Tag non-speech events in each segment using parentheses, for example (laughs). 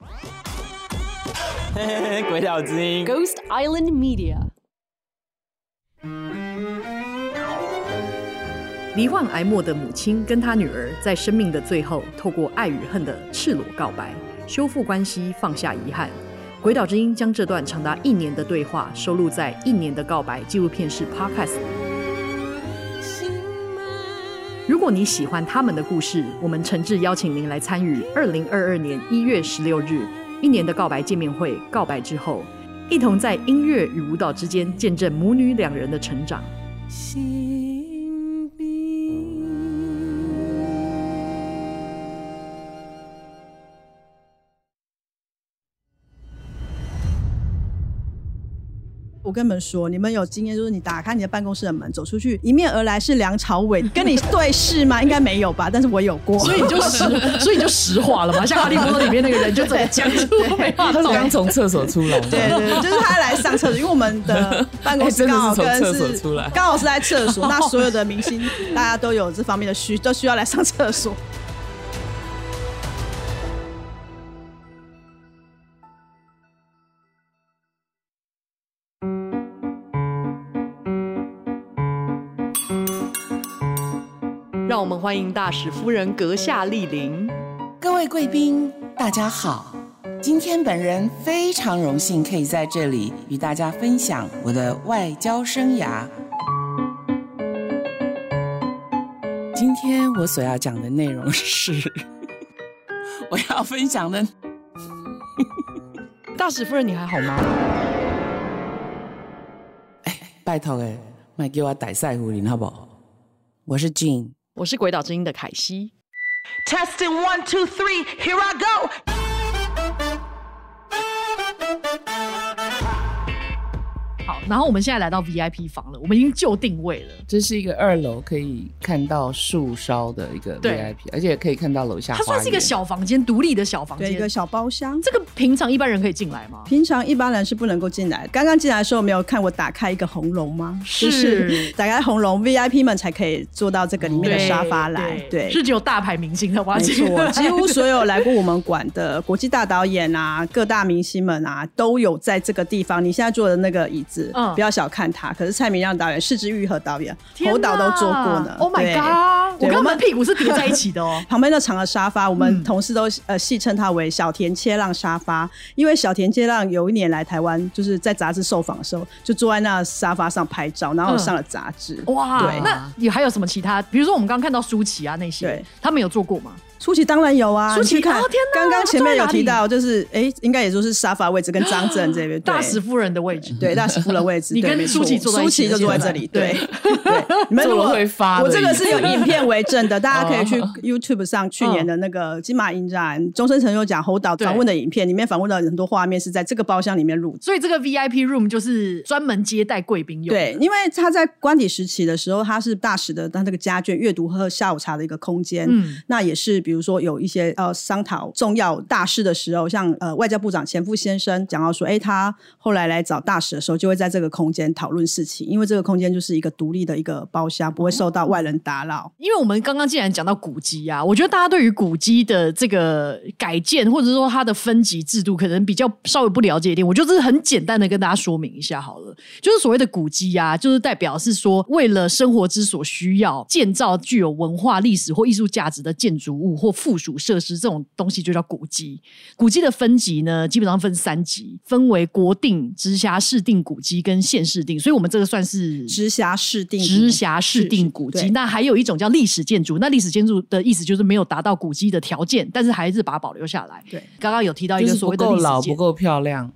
(laughs) 鬼岛之音。 Ghost Island Media. 罹患癌末的母亲跟她女儿在生命的最后，透过爱与恨的赤裸告白，修复关系，放下遗憾。鬼岛之音将这段长达一年的对话收录在《一年的告白》纪录片式 Podcast 里。如果你喜欢他们的故事，我们诚挚邀请您来参与二零二二年一月十六日《一年的告白》见面会《告白之后》，一同在音乐与舞蹈之间见证母女两人的成长。心病。我跟你们说，你们有经验，就是你打开你的办公室的门，走出去，迎面而来是梁朝伟，跟你对视吗？应该没有吧，但是我有过。所以你就实， (laughs) 所以你就实话了嘛，像《哈利波特》里面那个人就整个讲出没话他筒。刚从厕所出来。对对对，就是他来上厕所，因为我们的办公室 (laughs) 哎真的刚好是从跟厕所出来刚好是在厕所，那所有的明星大家都有这方面的需，都需要来上厕所。让我们欢迎大使夫人阁下莅临。各位贵宾，大家好。今天本人非常荣幸可以在这里与大家分享我的外交生涯。今天我所要讲的内容是， (laughs) 我要分享的大使夫人，你还好吗？ (laughs) 拜托哎，卖给我逮赛胡林好不好？我是 Jean。我是鬼岛之音的凯西。 Testing one, two, three. Here I go. 好，然后我们现在来到 VIP 房了，我们已经就定位了。这是一个二楼可以看到树梢的一个对 VIP，而且可以看到楼下它算是一个花园小房间，独立的小房对，一间个。小包厢。这个平常一般人可以进来吗？平常一般人是不能够进来的。刚刚进来的时候，没有看我打开一个红龙吗？是就是打开红龙，VIP 们才可以坐到这个里面的沙发来。对，是只有大牌明星的挖没进错来，几乎所有来过我们馆的国际大导演啊、各大明星们啊，都有在这个地方。你现在坐的那个椅子，嗯不要小看它，可是蔡明亮导演、是之愈和导演、天哪侯导都坐过呢。 Oh my 对 god！我嗯对跟我我们们屁股是叠在一起的 (laughs)。哦旁边那长的沙发，我们同事都、呃戏称它为“小田切让沙发”，因为小田切让有一年来台湾，就是在杂志受访的时候，就坐在那沙发上拍照，然后嗯上了杂志。哇对，那有还有什么其他？比如说我们刚刚看到舒淇啊那些对，他们有做过吗？舒淇当然有啊，舒淇你去看哦天哪刚刚前面有提她到，就是哎、应该也就是沙发位置跟张震这 (gasps) 边大对嗯使夫人的位置，对大使夫 (laughs) 的位置，你对跟没错舒淇坐在一舒起淇就坐在这里，对对 (laughs) 对。你们如做了果会发的我这个是有椅子影片为证的，大家可 (laughs) 以去哦 YouTube 上去年的那个金马影展终身成就奖侯导对访问的影片，里面访问到很多画面是在这个包厢里面录的。所以这个 VIP room 就是专门接待贵宾用的。对，因为他在官邸时期的时候，他是大使的他那个家眷阅读和下午茶的一个空间。嗯那也是比如说有一些呃商讨重要大事的时候，像呃外交部长钱夫先生讲到说，哎，他后来来找大使的时候，就会在这个空间讨论事情，因为这个空间就是一个独立的一个包厢，不会受到外人打扰。因为我们刚刚既然讲到古迹啊，我觉得大家对于古迹的这个改建，或者说它的分级制度，可能比较稍微不了解一点。我就只是很简单的跟大家说明一下好了，就是所谓的古迹啊，就是代表是说为了生活之所需要，建造具有文化、历史或艺术价值的建筑物或附属设施，这种东西就叫古迹。古迹的分级呢，基本上分三级，分为国定、直辖市定古迹跟县市定，所以我们这个算是直辖市定直辖市定古是是迹，对那还有一种叫历史建筑。那历史建筑的意思就是没有达到古迹的条件，但是还是把它保留下来。对，刚刚有提到一就个是所不谓的够历史老，建不够漂亮。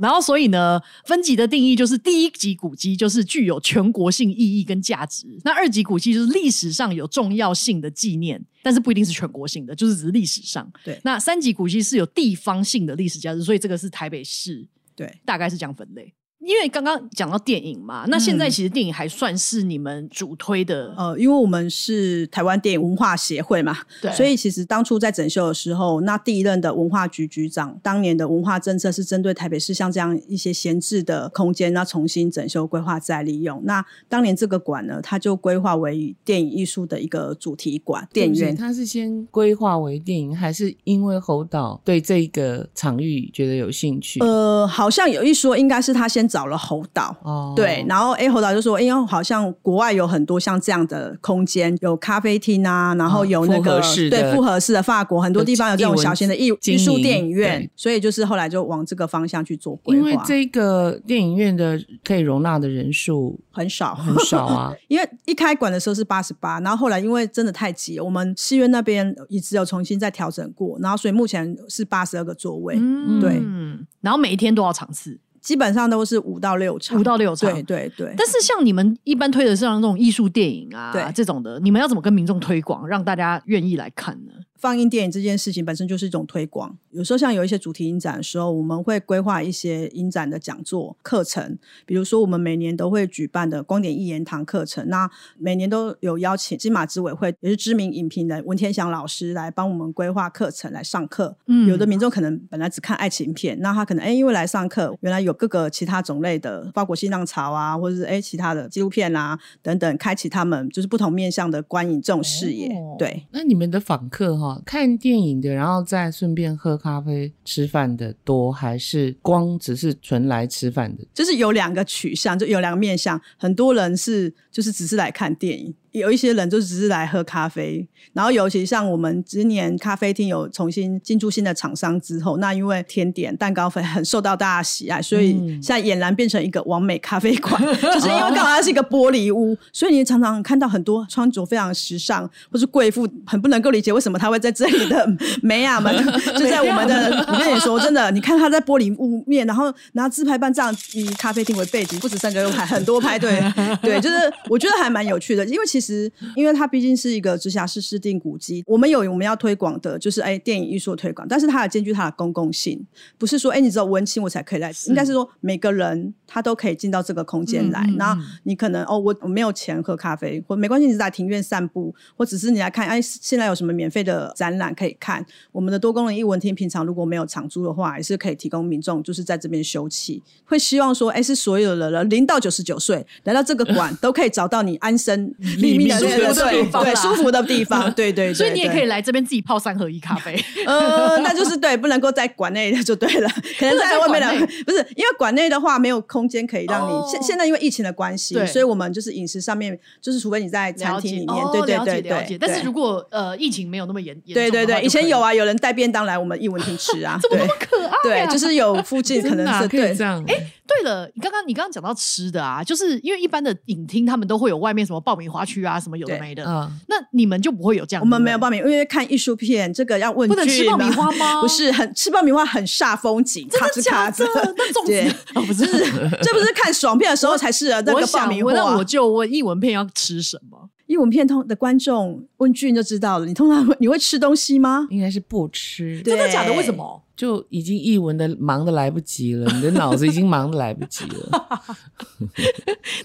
然后，所以呢，分级的定义就是第一级古迹就是具有全国性意义跟价值，那二级古迹就是历史上有重要性的纪念，但是不一定是全国性的，就是只是历史上。对那三级古迹是有地方性的历史价值，所以这个是台北市，对。大概是这样分类。因为刚刚讲到电影嘛，那现在嗯其实电影还算是你们主推的，哦呃，因为我们是台湾电影文化协会嘛，对所以其实当初在整修的时候，那第一任的文化局局长当年的文化政策是针对台北市像这样一些闲置的空间，那重新整修规划再利用。那当年这个馆呢，它就规划为电影艺术的一个主题馆电影对不院起。他是先规划为电影，还是因为侯导对这个场域觉得有兴趣？呃，好像有一说，应该是他先找了侯导，哦对，然后 A 侯导就说，因为好像国外有很多像这样的空间，有咖啡厅啊，然后有那哦复合个、式的对复合式的法国很多地方有这种小型的艺有经艺营术电影院对，所以就是后来就往这个方向去做规因划，为这个电影院的可以容纳的人数很少很少 (laughs) 啊，因为一开馆的时候是八十八，然后后来因为真的太挤，我们戏院那边也只有重新再调整过，然后所以目前是八十二个座位，嗯对，然后每一天多少场次？基本上都是五到六场，五到六场。对对对。但是像你们一般推的是像那种艺术电影啊对这种的，你们要怎么跟民众推广，让大家愿意来看呢？放映电影这件事情本身就是一种推广。有时候像有一些主题影展的时候，我们会规划一些影展的讲座课程，比如说我们每年都会举办的光点一言堂课程，那每年都有邀请金马执委会也是知名影评人文天祥老师来帮我们规划课程来上课。嗯有的民众可能本来只看爱情片，那他可能哎、诶因为来上课，原来有各个其他种类的，包括新浪潮啊，或者是哎、诶其他的纪录片啊等等，开启他们就是不同面向的观影这种视野。哦对，那你们的访客哈、看电影的，然后再顺便喝咖啡、吃饭的多，还是光只是纯来吃饭的？就是有两个取向，就有两个面向。很多人是就是只是来看电影，有一些人就只是来喝咖啡。然后尤其像我们今年咖啡厅有重新进驻新的厂商之后，那因为甜点蛋糕粉很受到大家喜爱，所以现在俨然变成一个完美咖啡馆，就是因为刚好它是一个玻璃屋，所以你常常看到很多穿着非常时尚或是贵妇，很不能够理解为什么她会在这里的美亚们，就在我们的。我跟你说，真的，你看她在玻璃屋面，然后拿自拍棒这样以咖啡厅为背景，不止三个人拍，很多拍对对，就是我觉得还蛮有趣的，因为其实因为它毕竟是啊一个直辖市市定古迹，我们有我们要推广的就是哎电影艺术的推广，但是它要兼具它的公共性，不是说哎，诶你只有文青我才可以来，应该是说每个人他都可以进到这个空间来。然后你可能哦，我我没有钱喝咖啡，或没关系，你只在庭院散步，或只是你来看，哎，现在有什么免费的展览可以看？我们的多功能艺文厅平常如果没有场租的话，也是可以提供民众就是在这边休憩。会希望说，哎，是所有的人零到九十九岁来到这个馆都可以找到你安身立命的立命那个舒服的地方对，啦舒服的地 (laughs) 方，对对对。所以你也对可以来这边自己泡三合一咖 (laughs) 啡，呃，那就是对，不能够在馆内就对 (laughs) 了，可能在外不能面在馆的 (laughs) 不是，因为馆内的话没有空间可以让你。哦现、现在因为疫情的关系对，所以我们就是饮食上面，就是除非你在餐厅里面，了解对哦对了对解了解对。但是对如果呃疫情没有那么严严重对的对话对，以前有啊，啊，有人带便当来我们艺文厅 (laughs) 吃啊，怎么对那么可爱、啊？对，就是有附近可真的能啊是可以对这样？哎，对了，你刚刚你刚刚讲到吃的啊，就是因为一般的影厅他们都会有外面什么爆米花区啊，什么有的对没的。嗯，那你们就不会有这样？我们没有办法，爆米，因为看艺术片这个要问不能句吃爆米嘛花吗？不，是很吃爆米花很煞风景，真咔的吱假咔的吱。？那粽对子 (laughs) 哦，不是， (laughs) 这不是看爽片的时候才适合那 (laughs) 我个爆想米问 (laughs) 那花啊我。就问译文片要吃什么？英文片通的观众问句你就知道了。你通常会你会吃东西吗？应该是不吃，对真的假的？为什么？就已经译文的忙的来不及了，你的脑子已经忙的来不及了。 (laughs)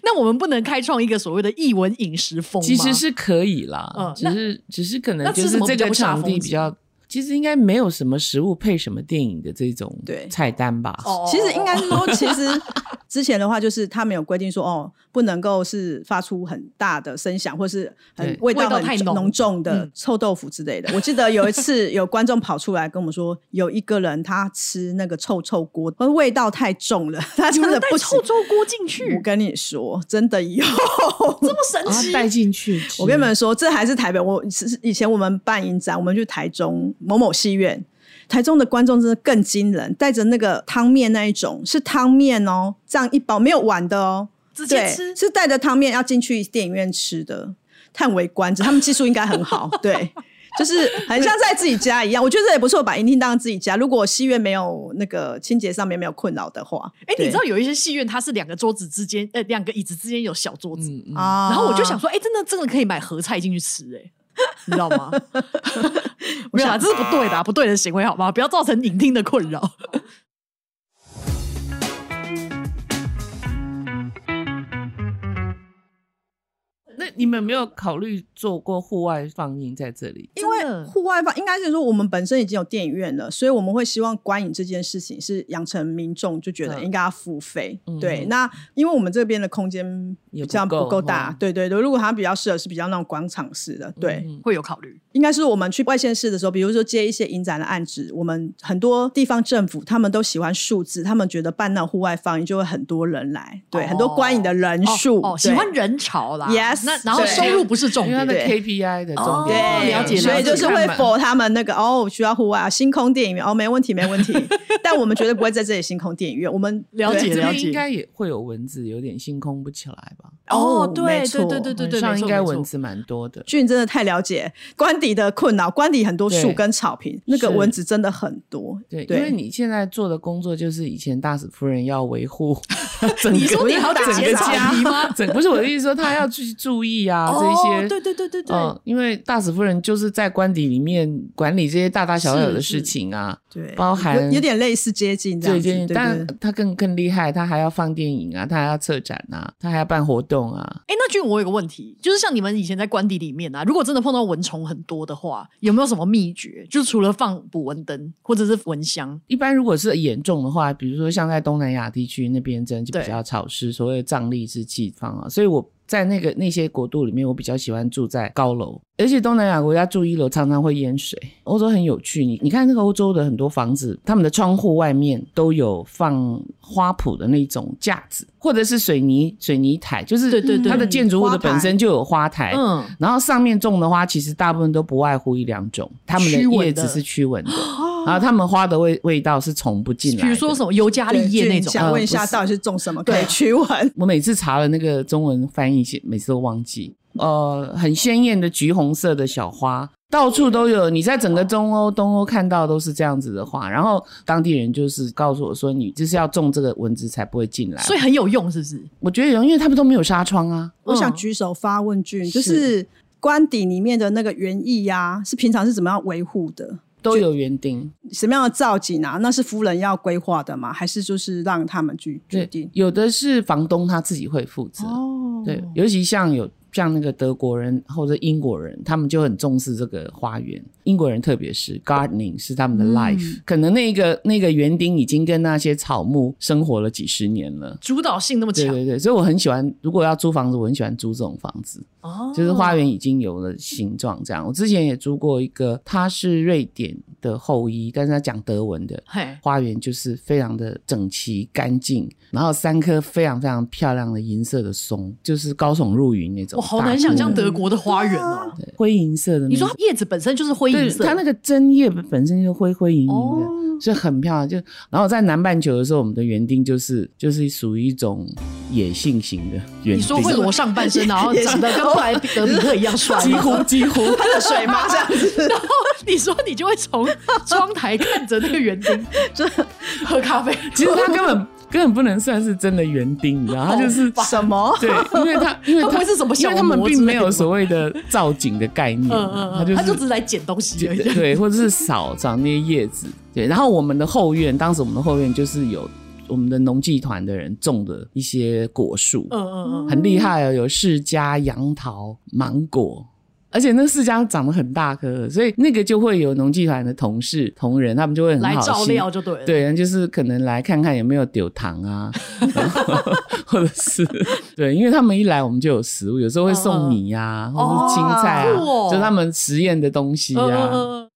那我们不能开创一个所谓的译文饮食风吗？其实是可以啦，嗯只是只是可那能吃就是什么这比较个不煞场风地比景较，其实应该没有什么食物配什么电影的这种对菜单吧。哦，其实应该是说，其 (laughs) 实之前的话就是他们有规定说，哦，不能够是发出很大的声响，或是很对味道味道很太浓浓重的嗯臭豆腐之类的。我记得有一次有观众跑出来跟我们说，有一个人他吃那个臭臭锅，而味道太重了，他真哦有的人带不行臭。粥锅进去我，跟你说，真的有。这么神然后奇，啊带进去吃，我跟你们说，这还是台北。我是以前我们办影展，我们去台中某某戏院，台中的观众真的更惊人，带着那个汤面那一种，是汤面哦，这样一包没有碗的哦，直接对，吃。是带着汤面要进去电影院吃的，叹为观止。他们技术应该很好，对。就是很像在自己家一样，我觉得这也不错，把影厅当成自己家。如果戏院没有那个清洁上面没有困扰的话，哎，你对知道有一些戏院，它是两个桌子之间，呃，两个椅子之间有小桌子，嗯，嗯啊？然后我就想说，哎，真的真的可以买盒菜进去吃，哎，你知道 (laughs) 吗？没有啦，这是不对的啊，不对的行为，好吗？不要造成影厅的困扰。你们没有考虑做过户外放映在这里？因为真的户外放应该是说我们本身已经有电影院了，所以我们会希望观影这件事情是养成民众就觉得嗯应该要付费。嗯对，那因为我们这边的空间也比不较够不够大，哈对对对。如果它比较适合是比较那种广场式的，对，嗯会有考虑。应该是我们去外县市的时候，比如说接一些影展的案子，我们很多地方政府他们都喜欢数字，他们觉得办那户外放映就会很多人来，对，哦很多观影的人数，哦，哦对喜欢人潮啦。 Yes，那然后对收入不是重因为它点的对。 KPI 的重对，点，哦了解所以就是会看嘛 for 他们那个哦，需要户外啊，星空电影院哦，没问题，没 (laughs) 问题。但我们绝对不会在这里星空电影院，我们了对解这了边解应该也会有文字，有点星空不起来吧？哦，对没对错对对对对，上没应错该没错文字蛮多的。俊真的太了解官邸的困扰，官邸很多树对跟草坪，那个是蚊子真的很多。对，因为你现在做的工作就是以前大使夫人要维 (laughs) 护整个你说你还要打整个劫家草皮吗？整不是我的意思，说他要去注意 (laughs) 啊、这些。哦对对对对对，嗯，因为大使夫人就是在官邸里面管理这些大大小小的事情啊，对，包含有有点类似接近这样对子，对对对对，但他更更厉害，他还要放电影啊，他还要策展啊，他还要办活动啊，哎，那俊，我有个问题，就是像你们以前在官邸里面啊，如果真的碰到蚊虫很多的话，有没有什么秘诀？就除了放捕蚊灯或者是蚊香，一般如果是严重的话，比如说像在东南亚地区那边，真的就比较潮湿，所谓的瘴疠之气方啊，所以我。在那个那些国度里面，我比较喜欢住在高楼，而且东南亚国家住一楼常常会淹水。欧洲很有趣，你你看那个欧洲的很多房子，他们的窗户外面都有放花圃的那种架子，或者是水泥水泥台，就是对对对它的建筑物的花台本身就有花台，嗯，然后上面种的花，其实大部分都不外乎一两种，它们的驱蚊叶子的哦是驱蚊的，然后它们花的味味道是从不进来的。比如说什么尤加利叶俊那种，想问一下，呃不是到底是种什么可以驱蚊？我每次查了那个中文翻译，每次都忘记。呃，很鲜艳的橘红色的小花，到处都有。你在整个中欧、东欧看到都是这样子的花。然后当地人就是告诉我说，你就是要种这个蚊子才不会进来。所以很有用，是不是？我觉得有，因为他们都没有纱窗啊。我想嗯举手发问俊，就是官邸里面的那个园艺呀，是平常是怎么样维护的？都有园丁，什么样的造景啊？那是夫人要规划的吗？还是就是让他们去决对定，？有的是房东他自己会负责，哦对，尤其像有像那个德国人或者英国人，他们就很重视这个花园。英国人特别是 gardening 是他们嗯的 life，、可能那个那个园丁已经跟那些草木生活了几十年了。主导性那么对强，对对，所以我很喜欢，如果要租房子，我很喜欢租这种房子，哦就是花园已经有了形状这样。我之前也租过一个，他是瑞典的后裔，但是他讲德文的，嘿，花园就是非常的整齐干净，然后三棵非常非常漂亮的银色的松，就是高耸入云那种。我好难想象的德国的花园哦。灰银色的那种。你说它叶子本身就是灰啊对银色，它那个针叶本身就灰灰莹莹的，哦所以很漂亮。就然后在南半球的时候，我们的园丁就是就是属于一种野性型的园丁，你说会裸上半身，然后长得跟布莱德比特一样帅，几乎几乎他的水吗？这样子，然后你说你就会从窗台看着那个园丁，就喝咖啡。其实他根本根本不能算是真的园丁，你知道，他就是什么？对，因为他因为哦会不他会是什么因为小他们魔并之没类的有吗所谓的造景的概念嗯啊，嗯嗯，他就就是只是来捡东西而对已。对，或者是扫长那些叶子。对，然后我们的后院，当时我们的后院就是有我们的农技团的人种的一些果树， (laughs) 嗯嗯嗯，很厉害哦，有释迦、杨桃、芒果。而且那释迦长得很大颗，所以那个就会有农技团的同事、同仁，他们就会很来好照心料就对了。，对，就是可能来看看有没有丢糖啊，然后或者是对，因为他们一来我们就有食物，有时候会送米呀、啊，或者是青菜啊，嗯哦酷哦就他们实验的东西嗯嗯啊。嗯。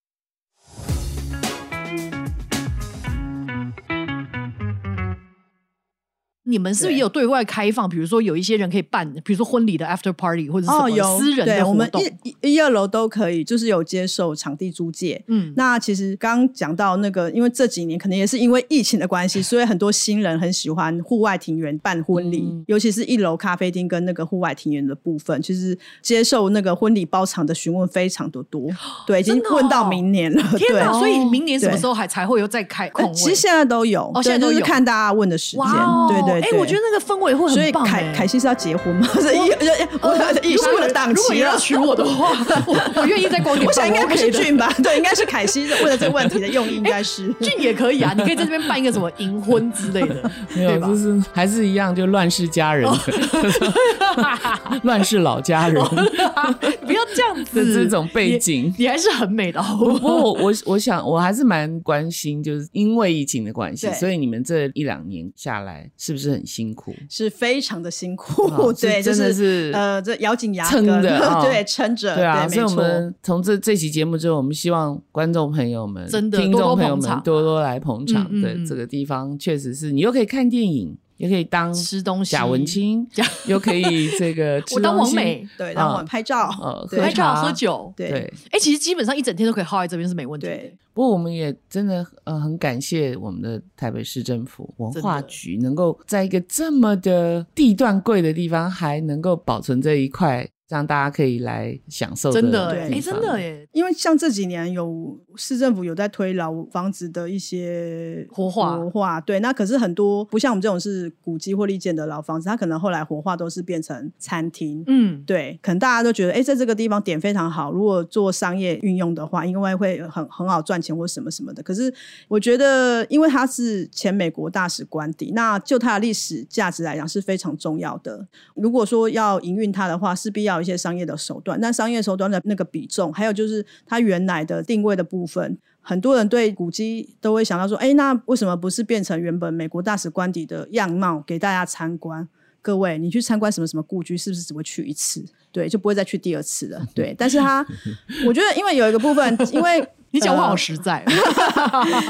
你们是不是也有对外开放？比如说有一些人可以办，比如说婚礼的 after party 或者是什哦，么有私人对，的我活们动。一一一二楼都可以，就是有接受场地租借。嗯，那其实刚刚讲到那个，因为这几年可能也是因为疫情的 (laughs) 关系，所以很多新人很喜欢户外庭园办婚礼，嗯尤其是一楼咖啡厅跟那个户外庭园的部分，其实接受那个婚礼包场的询问非常的 (gasps) 多，对，已经真的哦问到明年了。天呃对哪！，所以明年什么对时候还才会有再开空呃位？其实现在都有，哦对现在都就是有看大家问的时间，哇哦对对对哎，对我觉得那个氛围会所以很棒。凯哎呃凯西是要结婚吗？ (laughs) 是一我的如果我的档如果期有了要。娶我的话，我我愿意在光点 (laughs) 办。我想应该不 OK 是的 (laughs) 俊吧？对，应该是凯西为了这个问题的用意，应该是俊也可以 (laughs) 啊，你可以在这边办一个什么银婚之类的，没有，对吧就是还是一样，就乱世佳人， (laughs) 乱世老家人不要这样的子。这种背景你，。你还是很美的，好不 (laughs) 不好过我我我想我还是蛮关心，就是因为疫情的关系对，所以你们这一两年下来是不是很辛苦？是非常的辛啊苦，是 (laughs) 哦对，就真的是呃，这咬紧牙撑根，着啊 (laughs) 哦对，撑着，对啊，所以没我错。们从这这期节目之后，我们希望观众朋友们、真的听多多众朋友捧们场多多来捧场。嗯嗯对嗯这个地方，确实是你又可以看电影，也可以当吃东西贾文清贾，又可以这 (laughs) 个吃我当东王西美，对，让我啊们拍照，呃对拍喝哦照茶喝酒。对对。哎、其实基本上一整天都可以耗在这边是没问题的对。不过我们也真的呃很感谢我们的台北市政府文化局能够在一个这么的地段贵的地方，还能够保存这一块，让大家可以来享受真的哎、哎、对诶真的耶，因为像这几年有市政府有在推老房子的一些活化活化对，那可是很多不像我们这种是古迹或历建的老房子，它可能后来活化都是变成餐厅。嗯，对，可能大家都觉得，哎，在这个地方点非常好。如果做商业运用的话，因为会很很好赚钱或什么什么的。可是我觉得，因为它是前美国大使官邸，那就它的历史价值来讲是非常重要的。如果说要营运它的话，势必要有一些商业的手段。那商业手段的那个比重，还有就是它原来的定位的部分，很多人对古迹都会想到说，哎，那为什么不是变成原本美国大使官邸的样貌给大家参观？各位，你去参观什么什么故居，是不是只会去一次？对，就不会再去第二次了。对，但是它，我觉得因为有一个部分，因为 (laughs) 你讲话好呃实在，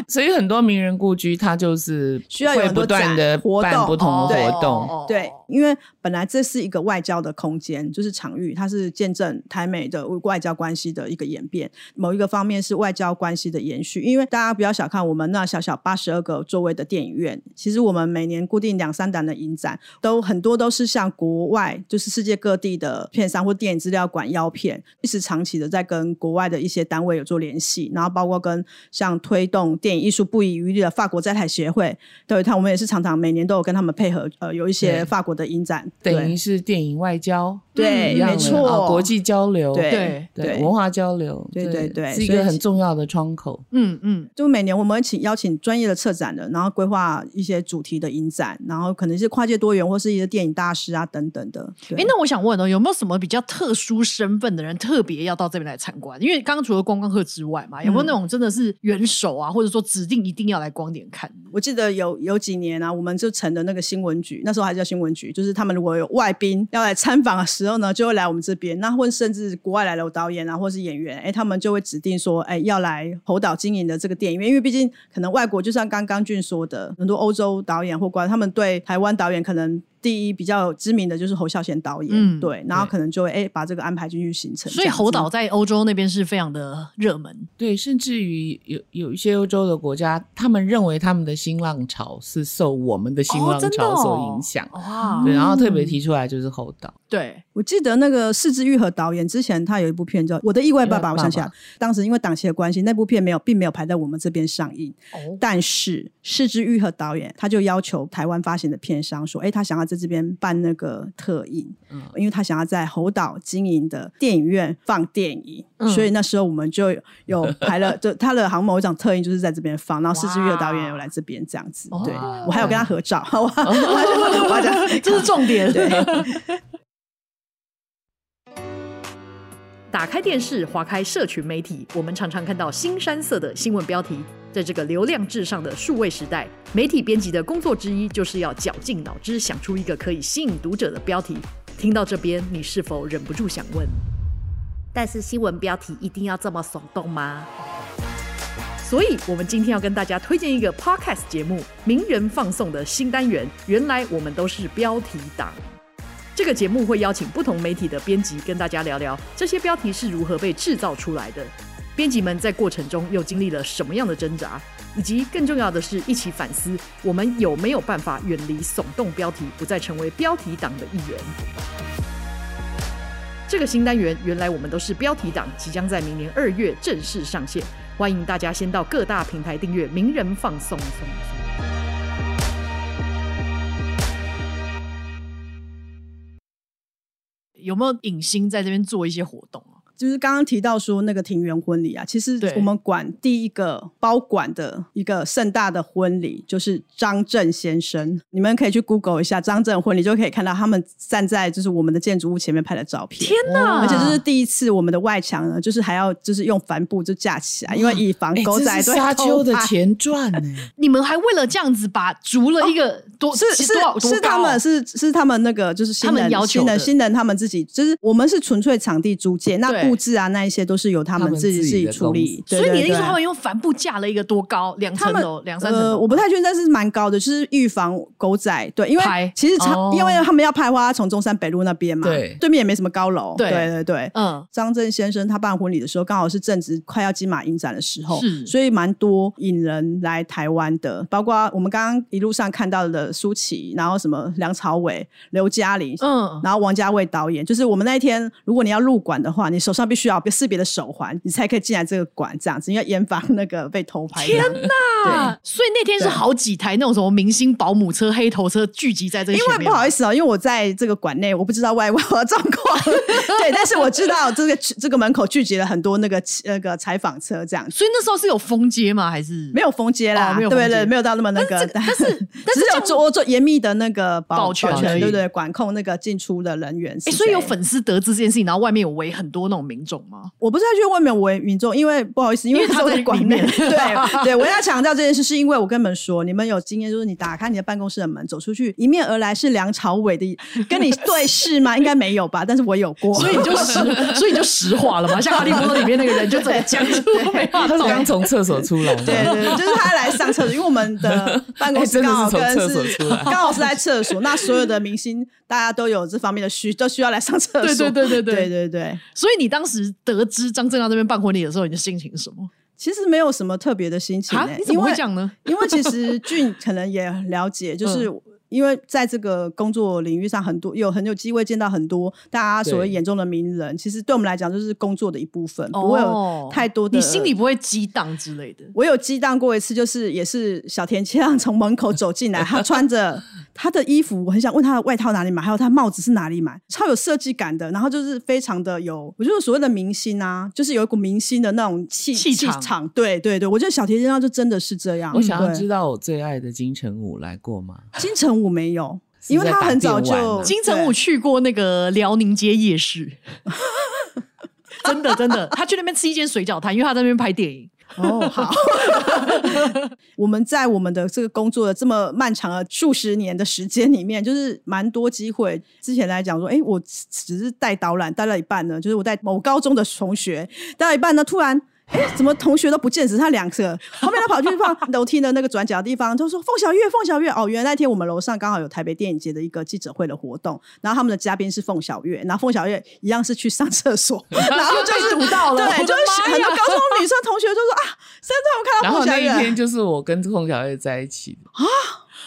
所以很多名人故居，它就是需要有会很多不断的展活动哦办不同的哦对活动。对，因为本来这是一个外交的空间，就是场域，它是见证台美的外交关系的一个演变。某一个方面是外交关系的延续，因为大家不要小看我们那小小八十二个座位的电影院，其实我们每年固定两三档的影展，都很多都是向国外，就是世界各地的片商或电影资料馆邀片，一直长期的在跟国外的一些单位有做联系，然后包括跟像推动电影艺术不遗余力的法国在台协会，对，他我们也是常常每年都有跟他们配合，呃，有一对些法国的影展，等于对是电影外交，对一样的没错哦国际交流，对对对，对文化交流，对对对是一所个以很重要的窗口。嗯嗯，就每年我们会请邀请专业的策展人，然后规划一些主题的影展，然后可能是跨界多元或是一些电影大师啊等等的。对哎、那我想问哦，有没有什么比较特殊身份的人特别要到这边来参观？因为刚刚除了观光客之外嘛，有没有那种真的是元首啊，或者说指定一定要来光点看？我记得有有几年啊，我们就成了那个新闻局，那时候还叫新闻局，就是他们如果有外宾要来参访的时候呢，就会来我们这边，那或甚至国外来的导演啊，或是演员，哎，他们就会指定说，哎，要来侯岛经营的这个电影院，因为毕竟可能外国就像刚刚俊说的，很多欧洲导演或国外，他们对台湾导演可能。第一比较知名的就是侯孝贤导演，嗯对，然后对可能就会哎、把这个安排进去行程，所以这样子猴岛在欧洲那边是非常的热门，对，甚至于有有一些欧洲的国家，他们认为他们的新浪潮是受我们的新哦浪真的潮哦所影响，哇，对，然后嗯特别提出来就是猴岛，对， (laughs) 我记得那个四肢愈合导演之前他有一部片叫《我的意外爸爸》，意外爸我爸想起来，当时因为档期的关系，那部片没有并没有排在我们这边上映。哦，但是四肢愈合导演他就要求台湾发行的片商说，哎，他想要在这边办那个特映，嗯因为他想要在猴岛经营的电影院放电影，嗯所以那时候我们就 (laughs) 有排了，就他的航某一场特映就是在这边放，然后四肢愈合导演有来这边这样子哇，对哦我还有跟他合照， (laughs) 我 (laughs) 还我还去我还讲，这是重点。对。打开电视，划开社群媒体，我们常常看到新山色的新闻标题。在这个流量至上的数位时代，媒体编辑的工作之一就是要绞尽脑汁想出一个可以吸引读者的标题。听到这边，你是否忍不住想问：但是新闻标题一定要这么耸动吗？所以，我们今天要跟大家推荐一个 podcast 节目，名人放送的新单元。原来我们都是标题党。这个节目会邀请不同媒体的编辑跟大家聊聊这些标题是如何被制造出来的，编辑们在过程中又经历了什么样的挣扎，以及更重要的是，一起反思我们有没有办法远离耸动标题，不再成为标题党的一员。这个新单元原来我们都是标题党，即将在明年二月正式上线，欢迎大家先到各大平台订阅《名人放送》。有没有影星在这边做一些活动啊？就是刚刚提到说那个庭园婚礼啊，其实对我们管第一个包管的一个盛大的婚礼，就是张震先生。你们可以去 Google 一下张震婚礼，就可以看到他们站在就是我们的建筑物前面拍的照片。天哪！而且这是第一次，我们的外墙呢，就是还要就是用帆布就架起来，因为以防哎啊狗这仔是队沙丘的偷拍前传呢、 (laughs) 你们还为了这样子把筑了一个多是几是多少多是他高啊们是是他们那个就是新他们人要求新人的新人他们自己就是我们是纯粹场地租借，那对布置啊那一些都是由他他们们自己自己的处理公。对所以你的意对思，对他们用帆布架了一个多高？两层他们楼，两三层呃，楼。我不太确定，但是蛮高的，就是预防狗仔。对，因拍为其实他、哦因为他们要拍花，从中山北路那边嘛，对对面也没什么高楼。对对对对嗯，张震先生他办婚礼的时候，刚好是正值快要金马影展的时候，是所以蛮多引人来台湾的，包括我们刚刚一路上看到的舒淇，然后什么梁朝伟、刘嘉玲，嗯然后王家卫导演，就是我们那一天，如果你要入馆的话，你手上必须要有识别的手环，你才可以进来这个馆，这样子，因为严防那个被偷拍。天哪！对。啊，所以那天是好几台那种什么明星保姆车、黑头车聚集在这个因前为面吗。不好意思哦，因为我在这个馆内，我不知道外外的状况。 (laughs) 对，但是我知道这个这个门口聚集了很多那个呃那个采访车，这样子所以那时候是有封街吗？还是没有封街啦，哦没有封对街对，没有到那么那 (laughs) 个，但是但是只这有样做做严密的那个保保全而已对不对？管控那个进出的人员是哎、谁。所以有粉丝得知这件事情，然后外面有围很多那种民众吗？我不是要去外面围民众，因为不好意思，因因为为他是我的在馆里 (laughs) 内。面对对，我要强调这件事，是因为我跟你们说，你们有经验，就是你打开你的办公室的门，走出去，迎面而来是梁朝伟的，跟你对视吗？应该没有吧？但是我有过，所以你就 (laughs) 实，所以你就实话了嘛，像《哈利波特》里面那个人就整个讲 (laughs) 出来他是刚从厕所出来吗，对 (laughs) 对，对，就是他来上厕所，因为我们的办公室哎真的刚好是从跟厕所出来 (laughs) 刚好是在厕所，那所有的明星大家都有这方面的需，都需要来上厕所。对对对对对对对对所以你当时得知张震阳这边办婚礼的时候，你的心情是什么？其实没有什么特别的心情、啊欸，，你怎么会因为这样呢？因为其实俊可能也了解，就是嗯因为在这个工作领域上，很多有很有机会见到很多大家所谓对眼中的名人，其实对我们来讲就是工作的一部分，不会有太多的。哦你心里不会激荡之类的。我有激荡过一次，就是也是小田切让从门口走进来，他穿 (laughs) 着他的衣服，我很想问他的外套哪里买，还有他帽子是哪里买，超有设计感的，然后就是非常的有，我就是所谓的明星啊，就是有一股明星的那种气气气场场，对对对，我觉得小田切让就真的是这样。我想要嗯对知道我最爱的金城武来过吗？金城武没有，是因为他很早在打电玩就啊金城武对去过那个辽宁街夜市， (laughs) 真的真的，他去那边吃一间水饺摊，因为他在那边拍电影。哦好。我们在我们的这个工作的这么漫长的数十年的时间里面，就是蛮多机会。之前来讲说，哎，我只只是带导览带到一半呢，就是我带某高中的同学带到一半呢，突然。哎，怎么同学都不见？只剩下两个，后面他跑去放楼梯的那个转角的地方，他说：“凤小岳，凤小岳。”哦，原来那天我们楼上刚好有台北电影节的一个记者会的活动，然后他们的嘉宾是凤小岳，然后凤小岳一样是去上厕所，然后就是被堵到了哦我对，的就是妈很呀多高中女生同学就说啊，现在然我看到后凤那小岳一天就是我跟凤小岳在一起的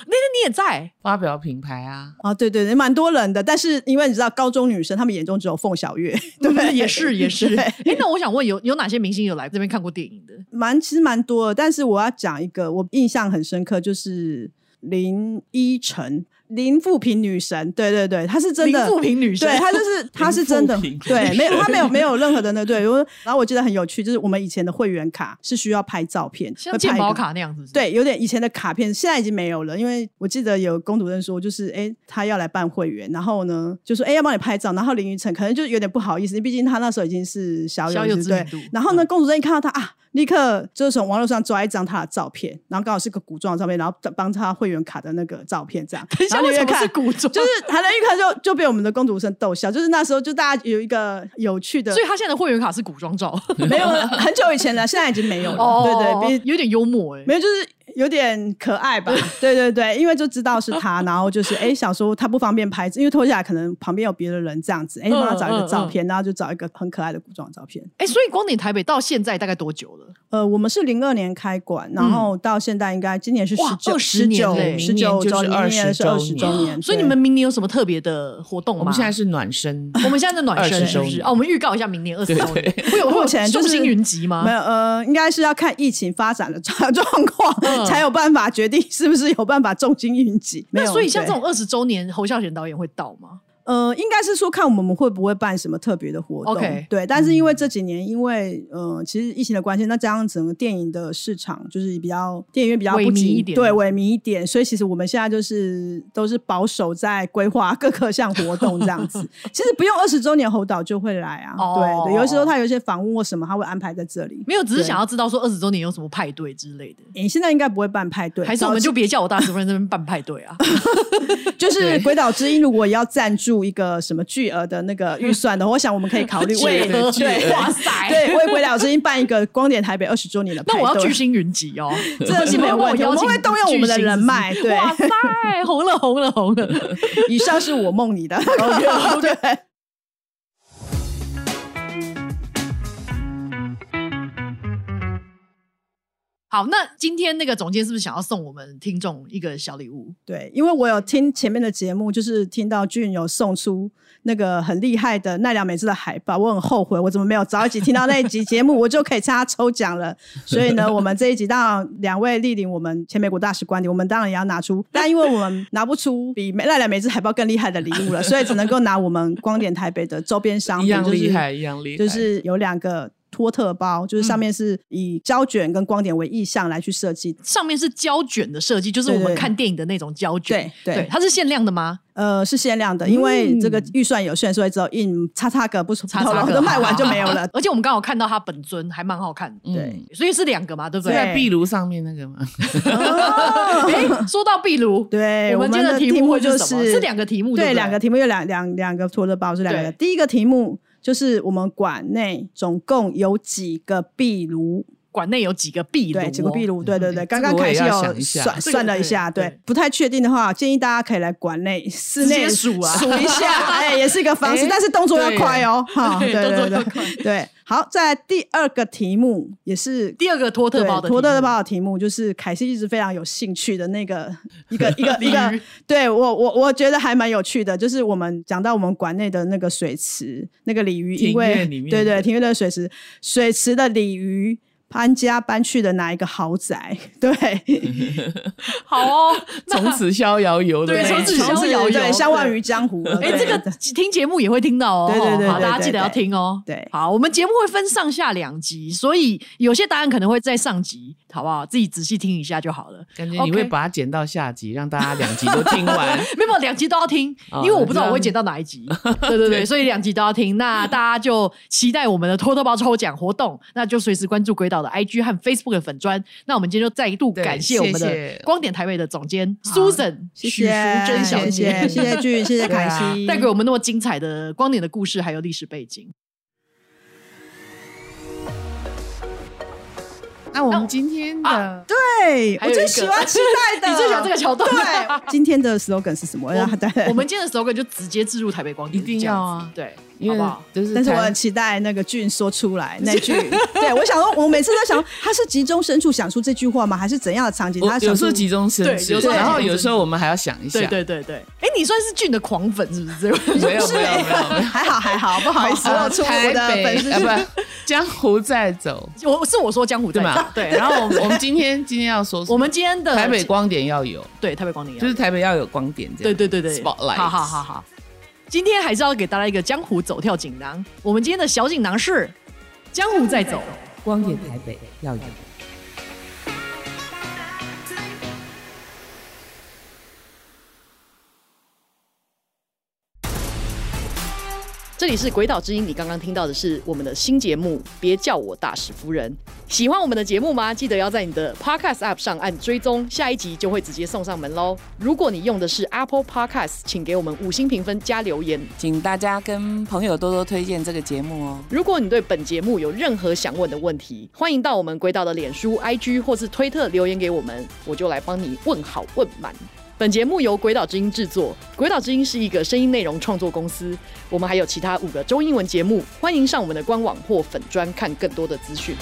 那天你也在，发表品牌啊，啊，对对对，蛮多人的，但是因为你知道高中女生她们眼中只有凤小岳，对不对？嗯也是也是。对哎、那我想问，有有哪些明星有来这边看过电影的？蛮其实蛮多的，但是我要讲一个我印象很深刻，就是林依晨，林富平女神，对对对，她是真的林富平女生对 (laughs) 她就是她是真的林富平，对，没有她没有没有任何的那对，我然后我记得很有趣，就是我们以前的会员卡是需要拍照片，像会拍健一保个卡那样子，，对，有点以前的卡片，现在已经没有了，因为我记得有龚主任说，就是哎、诶他要来办会员，然后呢，就说哎、诶要帮你拍照，然后林依晨可能就有点不好意思，毕竟他那时候已经是小小有有名知对名度，嗯然后呢，龚主任一看到他啊，立刻就是从网络上抓一张他的照片，然后刚好是个古装的照片，然后帮他会员卡的那个照片这样，等一下然后为你什越么看是。古装？就是韩能一看就就被我们的公主生逗笑，就是那时候就大家有一个有趣的所，以他现在的会员卡是古装照，没有了很久以前了，现在已经没有了。哦对对，比有点幽默哎、没有，就是有点可 (laughs) 爱吧。对对对，因为就知道是他，然后就是哎、想说他不方便拍，因为脱下来可能旁边有别的人这样子，哎、帮他找一个嗯照片，然后就找一个很可爱的古装照片。哎、所以光你台北到现在大概多久了？呃，我们是零二年开馆，然后到现在应该今年是嗯哇十九20十年九嘞十九周明年，年就是明年是二20十周周年，哦所以你对们明年有什么特别的活动吗？我们现在是暖身， (laughs) 我们现在在暖身20是不周是？年哦，我们预告一下明年二十周年，会有会目有前就是众星云集吗？没有，呃，应该是要看疫情发展的 (laughs) 状状况，嗯才有办法决定是不是有办法重金云集。没那有所以像对这种二十周年，侯孝贤导演会到吗？呃，应该是说看我们会不会办什么特别的活动。 OK 嗯对，但是因为这几年，因为呃，其实疫情的关系，那加上整个电影的市场就是比较电影院比较不萎靡景一点对，萎靡一点，所以其实我们现在就是都是保守在规划各个项活动这 (laughs) 样子。其实不用二十周年侯导就会来啊，哦对对，有的时候他有一些访问或什么，他会安排在这里。没有，只是想要知道说二十周年有什么派对之类的，你现在应该不会办派对，还是我们早就别叫我大师夫人这边办派对啊？就是鬼岛之音，如果要赞助一个什么巨额的那个预算的话，我想我们可 (laughs) 以 (laughs) 考虑为巨额巨对额哇塞！对为鬼岛之音办一个光点台北二十周年的派那对。我要巨 (laughs) 星云集哦，这个是没有问题，我们会动用我们的人脉。对，哇塞，红了红了红 (laughs) 了！以上是我 (laughs) 梦你的。哦 (laughs) 对，好，那今天那个总监是不是想要送我们听众一个小礼物？对，因为我有听前面的节目，就是听到俊有送出那个很厉害的奈良美智的海报，我很后悔，我怎么没有早一集听到那一集节目，我就可以参加抽奖了。所以呢，我们这一集当然两位莅临我们前美国大使观点，我们当然也要拿出，但因为我们拿不出比奈良美智海报更厉害的礼物了，所以只能够拿我们光点台北的周边 (laughs) 商一品，样就是厉害，一样厉害，嗯就是有两个。托特包就是上面是以胶卷跟光点为意象来去设计的上面是胶卷的设计，就是我对们对看电影的那种胶卷。对对它是限量的 (laughs) 吗？呃，是限量的，因为这个预算有限，所以只有印叉叉个不出叉叉就卖完就没有了 (laughs) 。而且我们刚好看到它本尊，还蛮好看的。嗯对，所以是两个嘛，对不是嗯对？在壁炉上面那个 (laughs) 吗？哎，说到壁炉，对，我们们今天的的题目目会就是什么？是两个题目，对对，两个。题目有两两两个托特包是两个的。第一个题目就是我们馆内总共有几个壁炉？馆内有几个壁炉？哦对，几个壁炉？炉？对对对，嗯刚这刚个我凯也西要想有一下算这个算了对一下，对对，不太确定的话，建议大家可以来馆内室直内接数啊数一下，哎，也是一个方式，哎但是动作要快哦，哈，(laughs) 对对对动作要对对。好，在第二个题目也是第二个托特包的题对目托特包的题目就是凯西一直非常有兴趣的 (laughs) 那个一个一个一个，对我我我觉得还蛮有趣的，就是我们讲到我们馆内的那个水池，那个鲤鱼，因庭为院里面对对的庭院的水池，水池的鲤鱼。搬家搬去的哪一个豪宅？对，好哦，那从此逍遥游的对那从一此种逍遥游对，相忘于江湖了。哎， (laughs) 对这个听节目也会听到哦。对对对好，对大家对记得要对听哦。对好，我们节目会分上下两集，所以有些答案可能会在上集，好不好？自己仔细听一下就好了。感觉你会 OK 把它剪到下集，让大家两集都听 (laughs) 完。没有没有，两集都要听，哦因为我不知道我会剪到哪一集。对对对，所以两集都要听。那大家就期待我们的托特包抽奖活动，那就随时关注鬼岛的 IG 和 Facebook 的粉砖。那我们今天就再度对感谢我们谢的谢光点台北的总监 Susan 谢许淑谢珍小谢姐啊谢，谢谢 (laughs) 俊，谢谢凯西，带给我们那么精彩的光点的故事，还有历史背景。那我们今天啊的对还我有最一个喜欢期待 (laughs) 的，你最喜欢这个桥段？对，今天的 slogan 是什么？让他带 (laughs) 来我们今天的 slogan 就直接置入台北光点，一定要啊这样子对，因好为不好？就是但是我谈很期待那个俊说出 (laughs) 来那句。对，我想说，我每次都想，他是急中生处想出这句话吗？还是怎样的场景？我他想有时出候集中生对智有时候，然集后中有生时候我们还要想一下。对对对对，哎，你算是俊的狂粉是不是？没有是没有没有， (laughs) (laughs) 还好还好，不好意思，啊露出我的台北粉丝啊群。不，江湖再走， (laughs) 我是我说江湖对再吗造？对，然然后后我们我们今天今天要说什么， (laughs) 我们今天的台北光点要有，对台北光点，就是台北要有光点这对样。对对对 spotlight 好好好好。今天还是要给大家一个江湖走跳锦囊。我们今天的小锦囊是江湖再走。光点台北要有。这里是《鬼岛之音》，你刚刚听到的是我们的新节目《别叫我大使夫人》。喜欢我们的节目吗？记得要在你的 Podcast App 上按追踪，下一集就会直接送上门喽。如果你用的是 Apple Podcast，请给我们五星评分加留言。请大家跟朋友多多推荐这个节目哦。如果你对本节目有任何想问的问题，欢迎到我们鬼岛的脸书、IG 或是推特留言给我们，我就来帮你问好问满。本节目由鬼岛之音制作，鬼岛之音是一个声音内容创作公司。我们还有其他五个中英文节目，欢迎上我们的官网或粉专看更多的资讯。